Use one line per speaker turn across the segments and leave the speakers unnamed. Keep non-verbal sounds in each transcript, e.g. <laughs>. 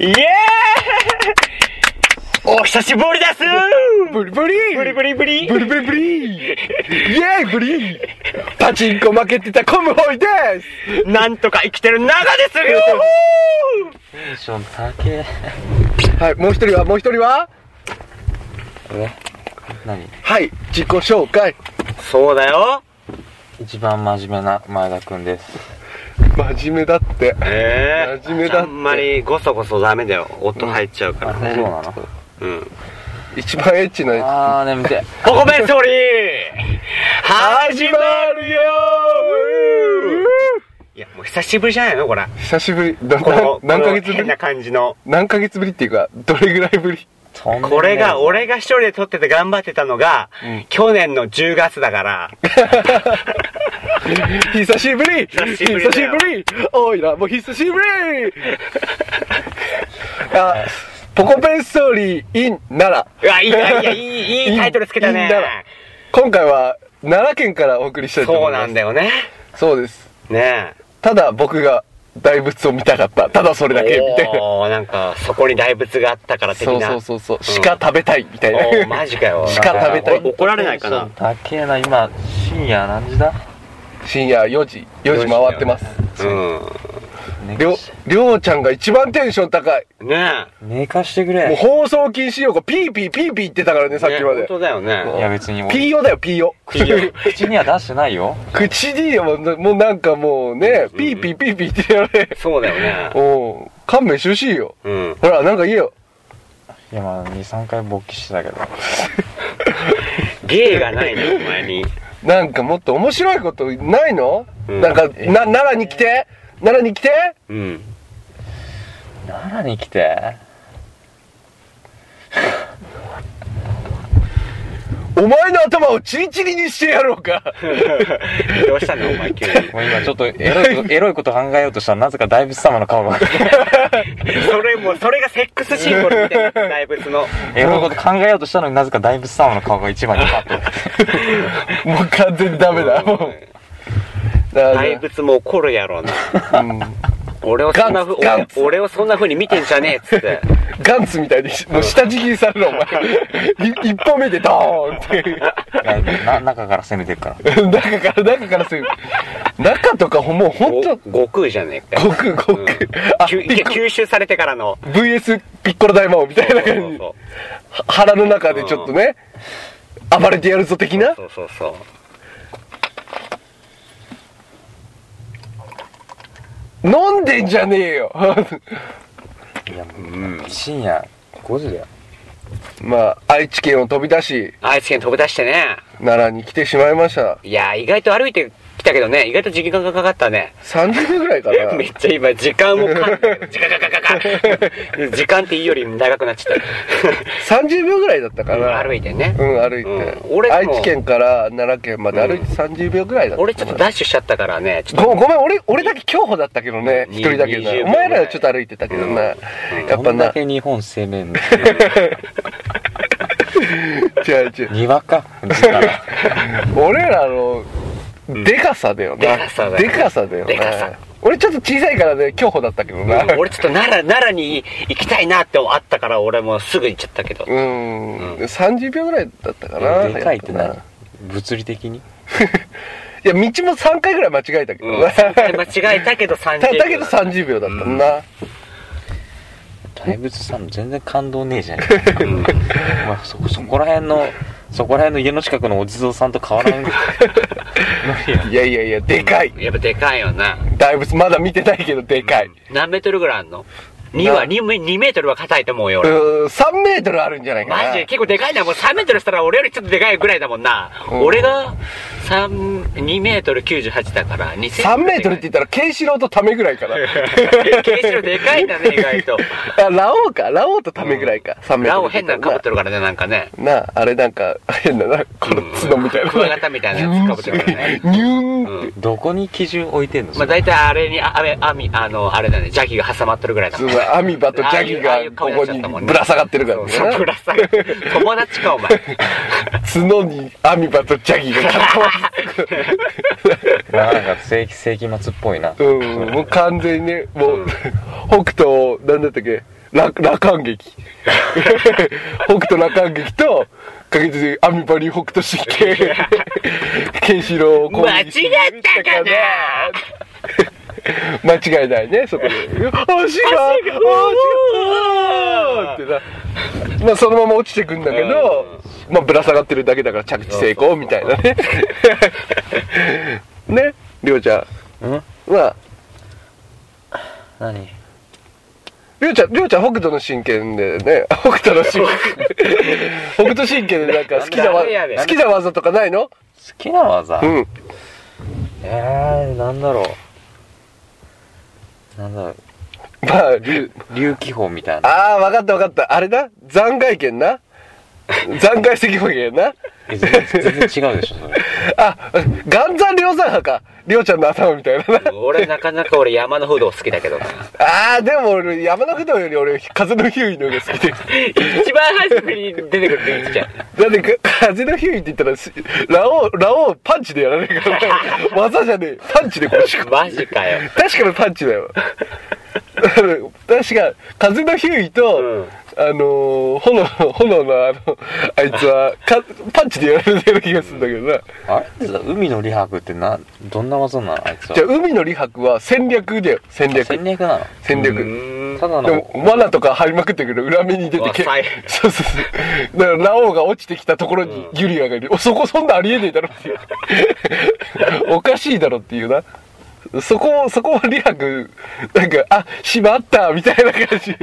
イ <laughs> エーイお久しぶりです
ブリブリ
ブリブリブリ
ブリブリブリイエーイブリパチンコ負けてたコムホイです
なんとか生きてる長ですよ
テンション高え
はい、もう一人はもう一人は
え何
はい、自己紹介
そうだよ
一番真面目な前田君
<laughs>
です
真面目だって
ええ
真面目だ
あ
って
んまりごそごそダメだよ音入っちゃうか
あ
ら
そう
ね
なの
うん
一番エッチなや
あー眠て
ポコベンストーリー始まるよいやもう久しぶりじゃないのこれ
つ久しぶりな
この
何ヶ月
この
ぶ
変
り
な感じの
何ヶ月ぶりっていうかどれぐらいぶり
とんでもねえ
<laughs> これが俺が一人で撮ってて頑張ってたのが、去年の10月だ
<laughs>
から
久しぶり
久しぶりだよ
久しぶりおいらもう久しぶりあポコペンストーリー in 奈良
うわ、いい、いやいや、いい、いいタイトルつけた
いい
ね
ん。だろ今回は奈良県からお送りしたいと
そ
思
う
います
なんだよね。
そうです
ね
ただ僕が大仏を見たかったただそれ
え。
だけみたいな
おーなんか、そこに大仏があったから的
そう
な。
そうそうそう鹿食べたいみたいな
おーマジかよ。
鹿食べたい
お怒られないか
テ
な
ン。ション高えな今深夜何時だ
深夜4時4時回ってます
う
寝
りょ
かし
りょうちゃんが一番テンション高い
ん。ね
寝かして
も
く
う
れ
放送禁止用語ピーピーピーピー言ってたからね
え。
さっきまで
ね本当だよね。
いや別に
ピーヨだよピーヨ
ピーヨ
口には出してないよ
口にはもうもうなんかもうねピーピーピーピー言ってやれ
そうだよね。
おう勘弁してほしいよ
うん。
ほらなんか言えよ
いやまあ23回勃起してたけど
芸がない
<laughs>
ね、お前に。
なんかもっと面白いことないの、
うん
なんか、な、奈良に来て奈良に来て
うん。
奈良に来て
お前の頭をチリチリにしてやろう <laughs> か
どうしたのお前急に。
もう今ちょっとエロい
<laughs>
ことエロいこと考えようとしたらなぜか大仏様の顔が
それも、それがセックスシンボルみたいな、大仏
<laughs>
の。
エロいこと考えようとしたのになぜか大仏様の顔が一番にパッと
もう完全にダメだ。もう。だから
大
ね
仏も怒るやろうな。
うん
俺をそんなふう
ガンツ、
俺俺をそんなふうに見てんじゃねえっつって。
ガンツみたいに、もう下敷きにされるお前。い一歩目でドーンって。
<laughs>
な中から攻めてるから
中から、中からすぐ。中とかほもうほんと、
ご悟空じゃねえかよ
ごくご
うん
く。あ、
吸
ピッコ
吸収されてから
<laughs>
の
VS ピッコロ大魔王みたいな
そ
感
う
じ。は腹の中でちょっとね、暴れてやるぞ的な。
そうそうそう
飲んでんじゃねえよ。 <laughs>
いやもう深夜5時だよ
まあ、愛知県を飛び出し、
愛知県飛び出してね
奈良に来てしまいました。
いや意外と歩いてきたけどね意外と時間がかかったね。
30分ぐらいかな
<laughs> めっちゃ今時間をかんでる時間がかか
<laughs>
か時間っていうより長くなっちゃっ
30秒ぐらいだったかな。
た歩いてね
うん歩いて、
うん俺で
愛
も
知県から奈良県まで歩いて30秒ぐらいだった、
俺ちょっとダッシュしちゃったからねちょっ
ごごめん俺俺だけ競歩だったけどね
うん
一人だけな
20秒
お前らはちょっと歩いてたけどな、
うん
やっ
ど
ぱ
んだ
な
け日本攻めんの
違う違う
にわか
<laughs>
力
俺らのでかさだよな、
でかさだよ
でかさだよな
でかさ
俺ちょっと小さいからね競歩だったけどな
と俺ちょっと奈良奈良に行きたいなってあったから俺もうすぐ行っちゃったけど
うん、30秒ぐらいだったかな
でかいって
や
な
ぱ
物理的に
いや道も3回ぐらい間違えたけど
う
な、
ん <laughs> 間違えたけど30
た
秒
だけど30秒だったな、
大仏さんも全然感動ねえじ
<laughs>
ゃんお前そそこら辺のそこら辺の家の近くのお地蔵さんと変
<laughs>
わらん
いやいやいやでかい
やっぱでかいよな
大仏まだ見てないけどでかい、
何メートルぐらいあんの ?2 は、2, 2メートルは硬いと思うよ、俺。
うーん3メートルあるんじゃないかな
マジで結構でかいな、もう3メートルしたら俺よりちょっとでかいぐらいだもんな。
うん
俺が3、2メートル98だから、2
3メートルって言ったらケンシロウとタメぐらいかな
ケイシロウでかいんだね、意外と。
<laughs> あラオウかラオウとタメぐらいか、3メー
ラ
ト
オ
ル
変なの被ってるからね、なんかね。
ななあれなんか変だなこの角みたいな、
クワガタみたいなやつ被ってるからね。
ニューンって、
どこに基準置いてんの
まあ大体あれに、ああれ、あみ、あの、あれだね、ジャギが挟まっとるぐらいだ
そ
もん。
のアミバとジャギ
あ
が
あいう
こ
顔になっ
こ
ちゃったもん
に
ね
ぶら下がってるか
そうそ
ら
う、ぶ
ね
ら下がる友達か、お前。
角にアミバとジャギが固ま
まあなんか世紀世紀末っぽいな
ってうんもう完全にねもう、北斗なんだったっけら羅
<laughs>
漢劇北斗羅漢劇とかけてアミバリ北斗神
<laughs>
拳ケンシロウを攻
間違っ
撃して
たかな
間違いないねそこで「足が足が!」ってなまあそのまま落ちてくんだけど、まあぶら下がってるだけだから着地成功みたい
<laughs>
なねねりょうちゃ
うん
んは
何
りょうちゃん、りょうちゃん、北斗の神拳でね、 <laughs> 北斗
<laughs>
の神拳。北斗神拳でなんか好きな
な
わ
んでやねん
好きな技とかないの
好きな技、
うん。
えー、なんだろうなんだろう
まあ、竜。
竜気砲みたいな
ああ、わかったわかった。あれだ残骸拳な。残骸石法剣な。
え全然全然違うでしょそれ
あ、岩山両山派か。りょうちゃんの頭みたいなな。
俺なかなか俺山の風道好きだ
<laughs>
けどな
ああ、でも俺、山の不動より俺、風のヒューイの方が好きで。
一番初めに出てくるベンチじゃん
だってか、風のヒューイって言ったらす、ラオウ、ラオウパンチでやられるからな、技じゃねえ。パンチでこう、し
マジかよ
確かのパンチだよ確か風のヒューイと、
うん
あのー炎の炎のあのあいつはかパンチでやられてる気がするんだけどな
あれってさ海のリハクってなどんな技なのあいつは
じゃあ海の李白は戦略だよ戦略
戦略なの
戦
う
略
ーん
ただ
で
の
も罠とか張りまくってくる裏目に出てけ
うわ最
<laughs> そうそうそうだからラオウが落ちてきたところにユリアがいる、おそこそんなありえねえだろっていう <laughs> おかしいだろっていうなそこそこはリハクなんかあしまったみたいな感じ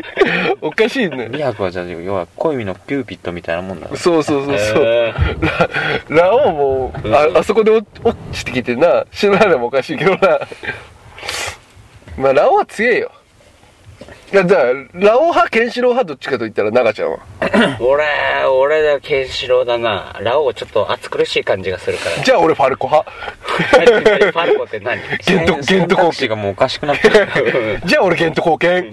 おかしいね
リハクはじゃあ要は恋のキューピッドみたいなもんだろ
そうそうそうそう、
へ
ララオウもああそこで落落ちてきてな死ぬのもおかしいけどな <laughs> まあラオウは強えよいやだからラオウ派ケンシロウ派どっちかと言ったらナガちゃんは
俺俺だケンシロウだなラオウちょっと暑苦しい感じがするから
じゃあ俺ファルコ派
<laughs> 何ファルコって何
ゲントゲント
選
貢
択肢
献
がもうおかしくなってる
じゃあ俺ゲント貢献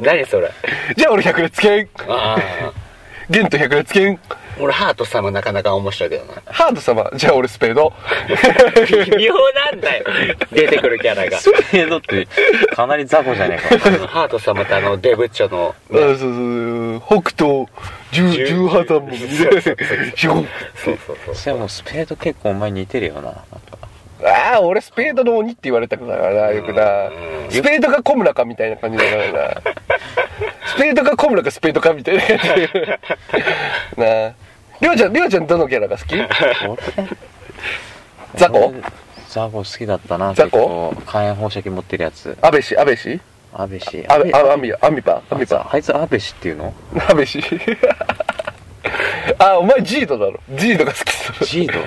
何それ
じゃあ俺百列犬
ああ
ゲント百列犬
俺ハート様なかなか面白いけどな
ハード様じゃあ俺スペード
微妙なんだよ出てくるキャラ <laughs> が
スペードってかなり雑魚じゃねえか
ハート様ってあのデブッチョの
あそうそうそう北東十十波山も見 <laughs> れ
そうそうそう
それもうスペード結構お前似てるよななんか
ああ、俺スペードの鬼って言われたくないからな、よくな。スペードか小村かみたいな感じだからな。スペードか小村かスペードかみたいな感じ。なあ。りょうちゃん、りょうちゃんどのキャラが好き
俺
ザコ
ザコ好きだったな
雑魚
結構火炎放射器持ってるやつ
安倍氏、安倍氏
安倍氏
安倍、あ安倍、安倍パン、安倍パン。
あいつ安倍氏っていうの
安倍氏。あ、お前ジードだろ。ジードが好きそう。
ジード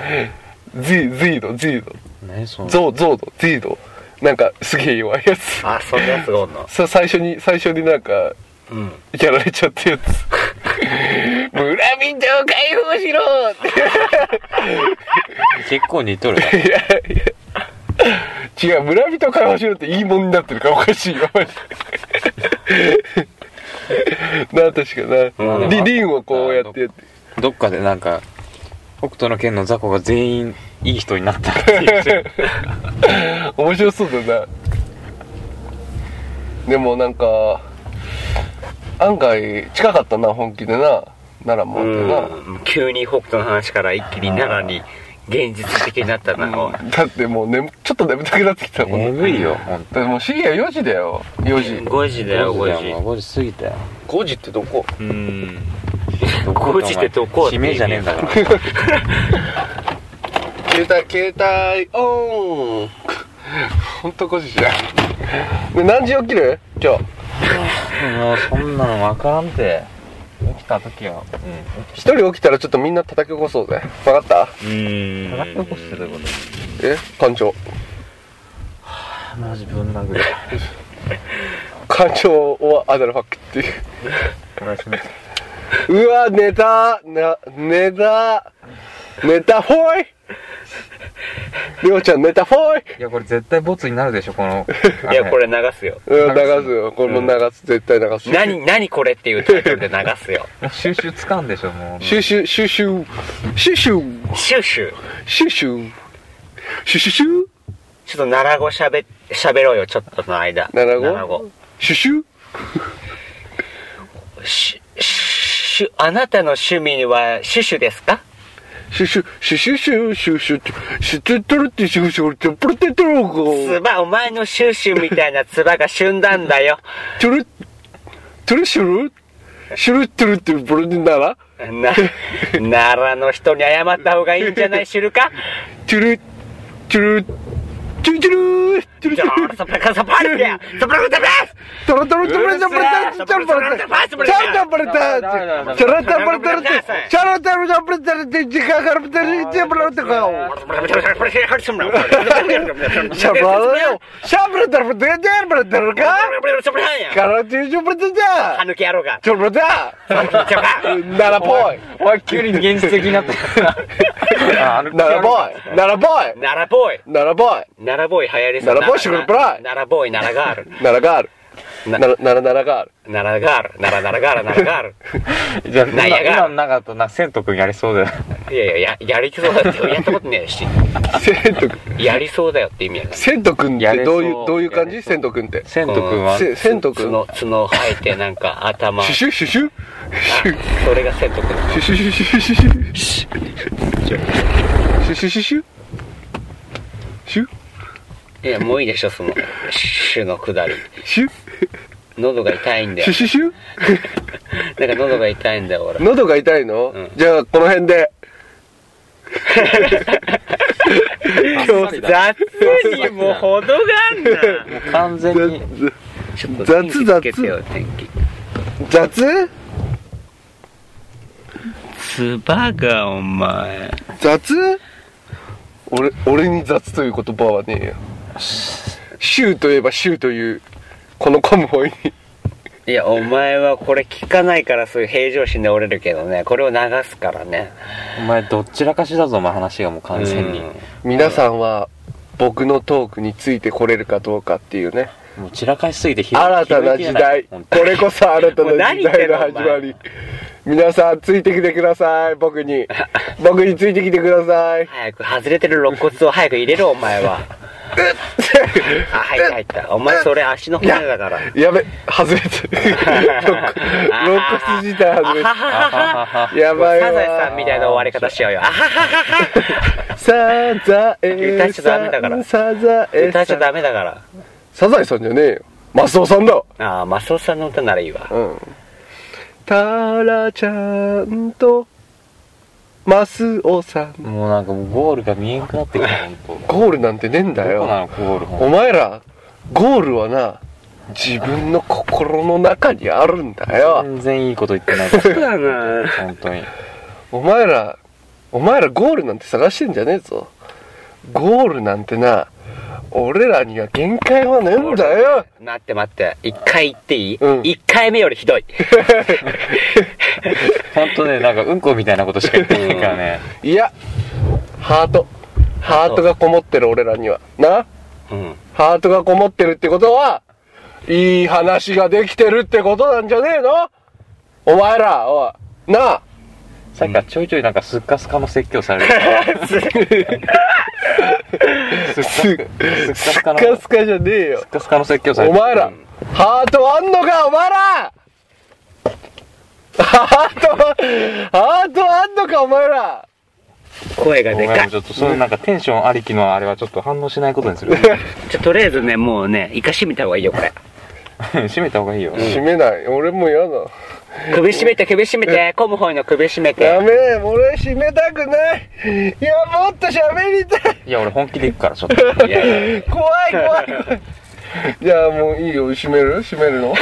ジー、ジード、ジード。 <laughs>
何その
ゾウ、ゾウド、ジード。なんか、すげえ弱いやつ。
あそんなやつがおんの
さ、最初に、最初になんか、
うん
やられちゃったやつ。村人を解放しろ
結構似と
<laughs>
るな
違う、村人を解放しろっていいもんになってるからおかしいよ、マジで。なあ、確かな。
うん
リリンをこうやってやって。
どっかでなんか北斗の拳のザコが全員いい人になったっていう
面白そうだな。でもなんか、案外近かったな、本気でな。奈良もあって
うん急に北斗の話から一気に奈良に現実的になったなおい
な。だってもうね、ちょっと眠たくなってきたもん。
眠いよ本
だってもう深夜4時だよ、4時。
5時
当
だよ
5時だよ
5
もう5時過ぎたよ
5時ってどこ
時うん
ど
5時ってどこ
お前姫じゃねえんだ <laughs> から
携帯携帯オン <laughs> 本当5時じゃんで何時起きる今日
もうそんなの分からんて起きた時は
一人起きたらちょっとみんな叩き起こそうぜ分かった
うん
叩き起こしてどういうこと
え館長
マジぶん殴る
館長はアダルファックっていううわ寝たな寝た寝たフォイりょうちゃん寝たフォイ
いやこれ絶対ボツになるでしょこの
いやこれ流すよ
うん流すよこの流す絶対流す
何何これっていうタイトルで流すよ
収集つかんでしょもう
シュシュシュシュシュシ
シュシ
ュ
ュ
シュシュシュシュシュ
ちょっと奈良語しゃべしゃべろうよちょっとの間
奈良語
語
シュシュ
し、し、あなたの趣味はシュシュですか
シュシュ、シュシュシュ、シュシュ、シュシュトルってシュシュ、シュプルテトル
つ
ゴ、
ば、お前のシュシュみたいなつばが旬なんだよ。
トゥル、トゥルシュル、シュルトゥルってプルテンダラ、
な、奈良の人に謝った方がいいんじゃない知るか
トゥル、トゥル、トゥルトゥル、トゥル
じ
ト
ゃ
ゥ
あ、
ル
サ、プラカサパルティアサプラカサパ
トロトロトロトロトロトロトロトロトロトロトロト
ル
ロトロ
テ
シャブラだよシャブラだろデデルブラだろかカラティジュブラだ
歯抜け野郎が。
ちょブラだならぽい
わ急に現実的になってきた <laughs> あの
ならぽいならぽい
奈良ボーイ。
ならぽ
奈良ボー
い
イ流行りそう。
奈良ボーイシュクルプライ
奈良ボーイ、奈良ガール。
ならガールならならならガール
奈良ガール、奈良奈良ガール、奈良ガール。
じゃあ
なん
今
やが
今のなかったな千斗君やりそうだよ
いやいや、や、やりそうだって、やったことねえし。
セント君
やりそうだよって意味やな。
セント君ってどういうどういう感じセント君って
千斗君は
セント君
角、角生えて、なんか頭。
シュシュシュシュシュ
それがセットくん。
シュシュシュシュシュシュシュシュシュシュシュシュ
いや、もういいでしょ、その、シュのくだり。
シュ
喉が痛いんだよ
シュ。シュシュ
なんか喉が痛いんだよ、俺。
喉が痛いの、
うん
じゃあこの辺で
今日
雑にも程があんな。
完全に
ちょっと
雑
天気つけてよ、天気。
雑
つばが、お前。
雑俺俺に雑という言葉はねえよシューといえばシューというこのコムホイに
いや、お前はこれ聞かないから、そういう平常心で折れるけどね、これを流すからね。
お前どっちらかしだぞお前話がもう完全に
うん
皆さんは僕のトークについてこれるかどうかっていうね
もう散らかしすぎてひ
新たな時代
本
こ
当に
れこそ新たな時
もう何言って
代
んのお
の
前
始まり皆さんついてきてください
<laughs>
僕に僕についてきてください <laughs>
早く、外れてる肋骨を早く入れろ、お前は。あ、入った入った。お前それ足の骨だから。
やべ外れて
<laughs>
肋骨自体外れて
あははは
やばい
サザエ
わ
さんみたいな終わり方しようよ。あはははは。
サザエ
歌っちゃダメだから
サザエ
歌っち
さ
ゃ
ん
ダメだから。
サザエさんじゃねえよマスオさんだ
ああ、マスオさんの歌ならいいわ。
うんタラちゃんとマスオさん
もうなんかもうゴールが見えんくなってきた本当ど
ゴールなんてねえんだ
こな
よ
のゴール
お前らゴールはな自分の心の中にあるんだよ
全然いいこと言ってないから
だな
本当に
お前らお前らゴールなんて探してんじゃねえぞゴールなんてな俺らには限界はねえんだよ
待って待って。一回言っていい
うん
一回目よりひどい。
本当ねなんかうんこみたいなことしか言ってないからね
いやハートハートがこもってる俺らにはな
うん。
ハートがこもってるってことは、いい話ができてるってことなんじゃねえのお前ら、おい。なあ。
さっきからちょいちょいなんかすっかすかの説教されるすっか
す
すっかす
っ
かの
かすかじゃねえよ
すっ。かすかの説教され
お
てる
前ら、ハートあんのか、お前らハート、ハートあんのか、お前ら
声が
ご
で
めん
かい。
ち
じ
ょっとそういうなんかテンションありきのあれはちょっと反応しないことにする
ゃ、とりあえずね、もうね、イカ締めた方がいいよ、これ。
閉めた方がいいよ
閉めない。俺も嫌だ。
首締めて、首締めて。コムホイの首締め
や
て。
めえ、俺閉めたくない。いや、もっと喋りたい。
いや俺本気で行くからちょっ
<laughs>
と
いやいや
<laughs>
いや
怖い、怖い。じゃあもういいよ、閉める閉めるの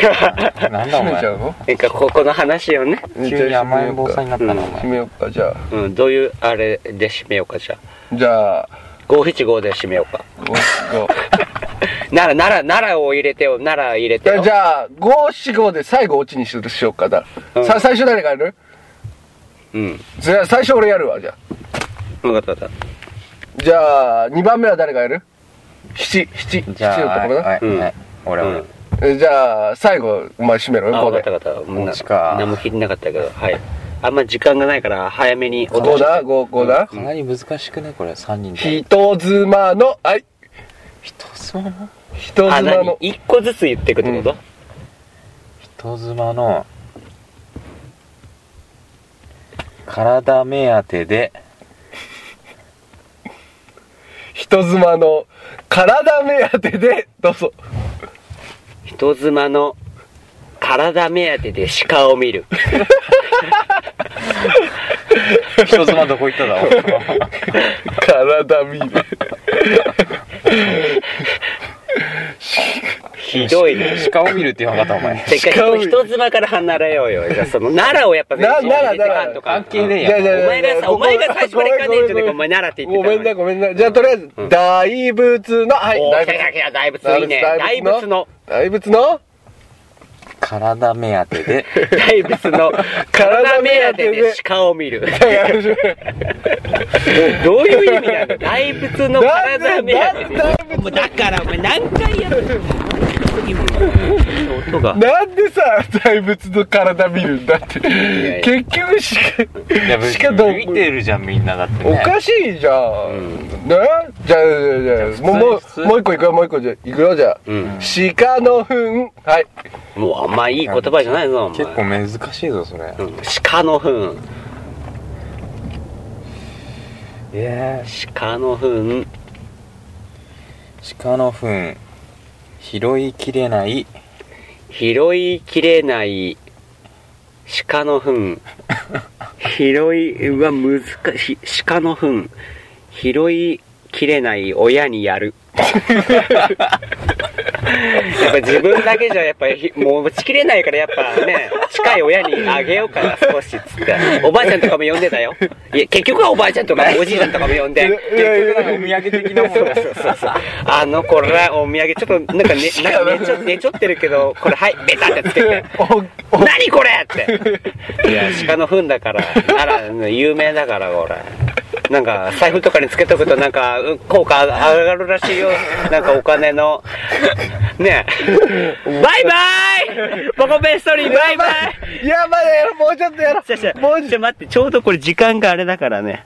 なんだ
閉
お
め
前
ちゃうの
なんか、ここの話をね。
急に甘えん坊さんになったなお
決
前
めようかじゃあ
うん、どういうあれで締めようか、じゃあ。
じゃあ
575で締めようか。
五四
奈良、奈良、奈良を入れてよ。奈良入れて
五
よ。
<laughs> じゃあ五四五で最後オチにしようしようかだ、
うん
さ最初誰がやる
うん。
じゃあ最初俺やるわじゃあ
わかったわかっ
じゃあ2番目は誰がやる七七七
じゃあ
のところ
はい
うん
はい俺
た。
は
う
俺
ん。
なじゃあ最後お前締めろよ
あ、わ
ここ
かった
で
わかった。もう
こっちか
何も聞いてなかったけど、はい。あんま時間がないから、早めに
五
し
だ五五だ
かなり難しくねこれ3人で
人妻のはい
人妻の
人
あ、
妻
何
の
一個ずつ言っていくってこと
人妻の体目当てで
人妻の体目当てでど
<laughs>
うぞ
人妻の体目当てで鹿を見る。
人妻どこ行っただろう
体見る
<laughs> ひどいね。
鹿を見るって言わなかったお前
せっかく人妻から離れようよ。じゃあその奈良をやっぱ
な
全身に入れてかんとか
関係ねえ
いやい
や
やいや
お前がさ
ごめん
お前が最初から行かねえんじゃねえか
ご
お
め
前
ん
奈良って言ってたの
ごめんなごめんなじゃあとりあえず、大仏のはい
おー
大
キ
仏
ャキャキャ大仏いいね大仏の
大仏の
体目当てで
大仏の体目当てで鹿を見 <laughs> るどういう意味なの大仏の体目当て
な
でもうだからお前何回やる音が
なんでさ大仏の体見るんだって
やいや
結局しか
いや別
しかどう
に見てるじゃんみんなだって、ね、
おかしいじゃん、ねじゃあじゃあじゃあもうも
普通
うもう一個いくよもう一個じゃあいくよじゃあ、
うん
鹿の糞はい
もうあんまいい言葉じゃないぞお前
結構難しいぞそれ
うん鹿の糞
え
鹿の糞
鹿の糞拾いき
<laughs>
れない
拾いきれない鹿の糞拾いは難しい鹿の糞拾いきれない親にやるやっぱ自分だけじゃやっぱひもう持ちきれないからやっぱね近い親にあげようかな少しっつっておばあちゃんとかも呼んでたよいや結局はおばあちゃんとかおじいちゃんとかも呼んで
いやいやいや
お土産的なもの
そうそうそう <laughs> あのこれお土産ちょっとなん <laughs> かねなんか寝ちょ寝ちょってるけどこれはいベタってつけ <laughs> て「
おお
何これ!」っていや鹿の糞だから奈良有名だからこれなんか財布とかにつけとくとなんかうん効果上がるらしいよなんかお金のねえバイバイポコペンストリーバイバイ
やばいやろもうちょっとやろ
じゃじゃ
もうちょっ
じゃ待ってちょうどこれ時間があれだからね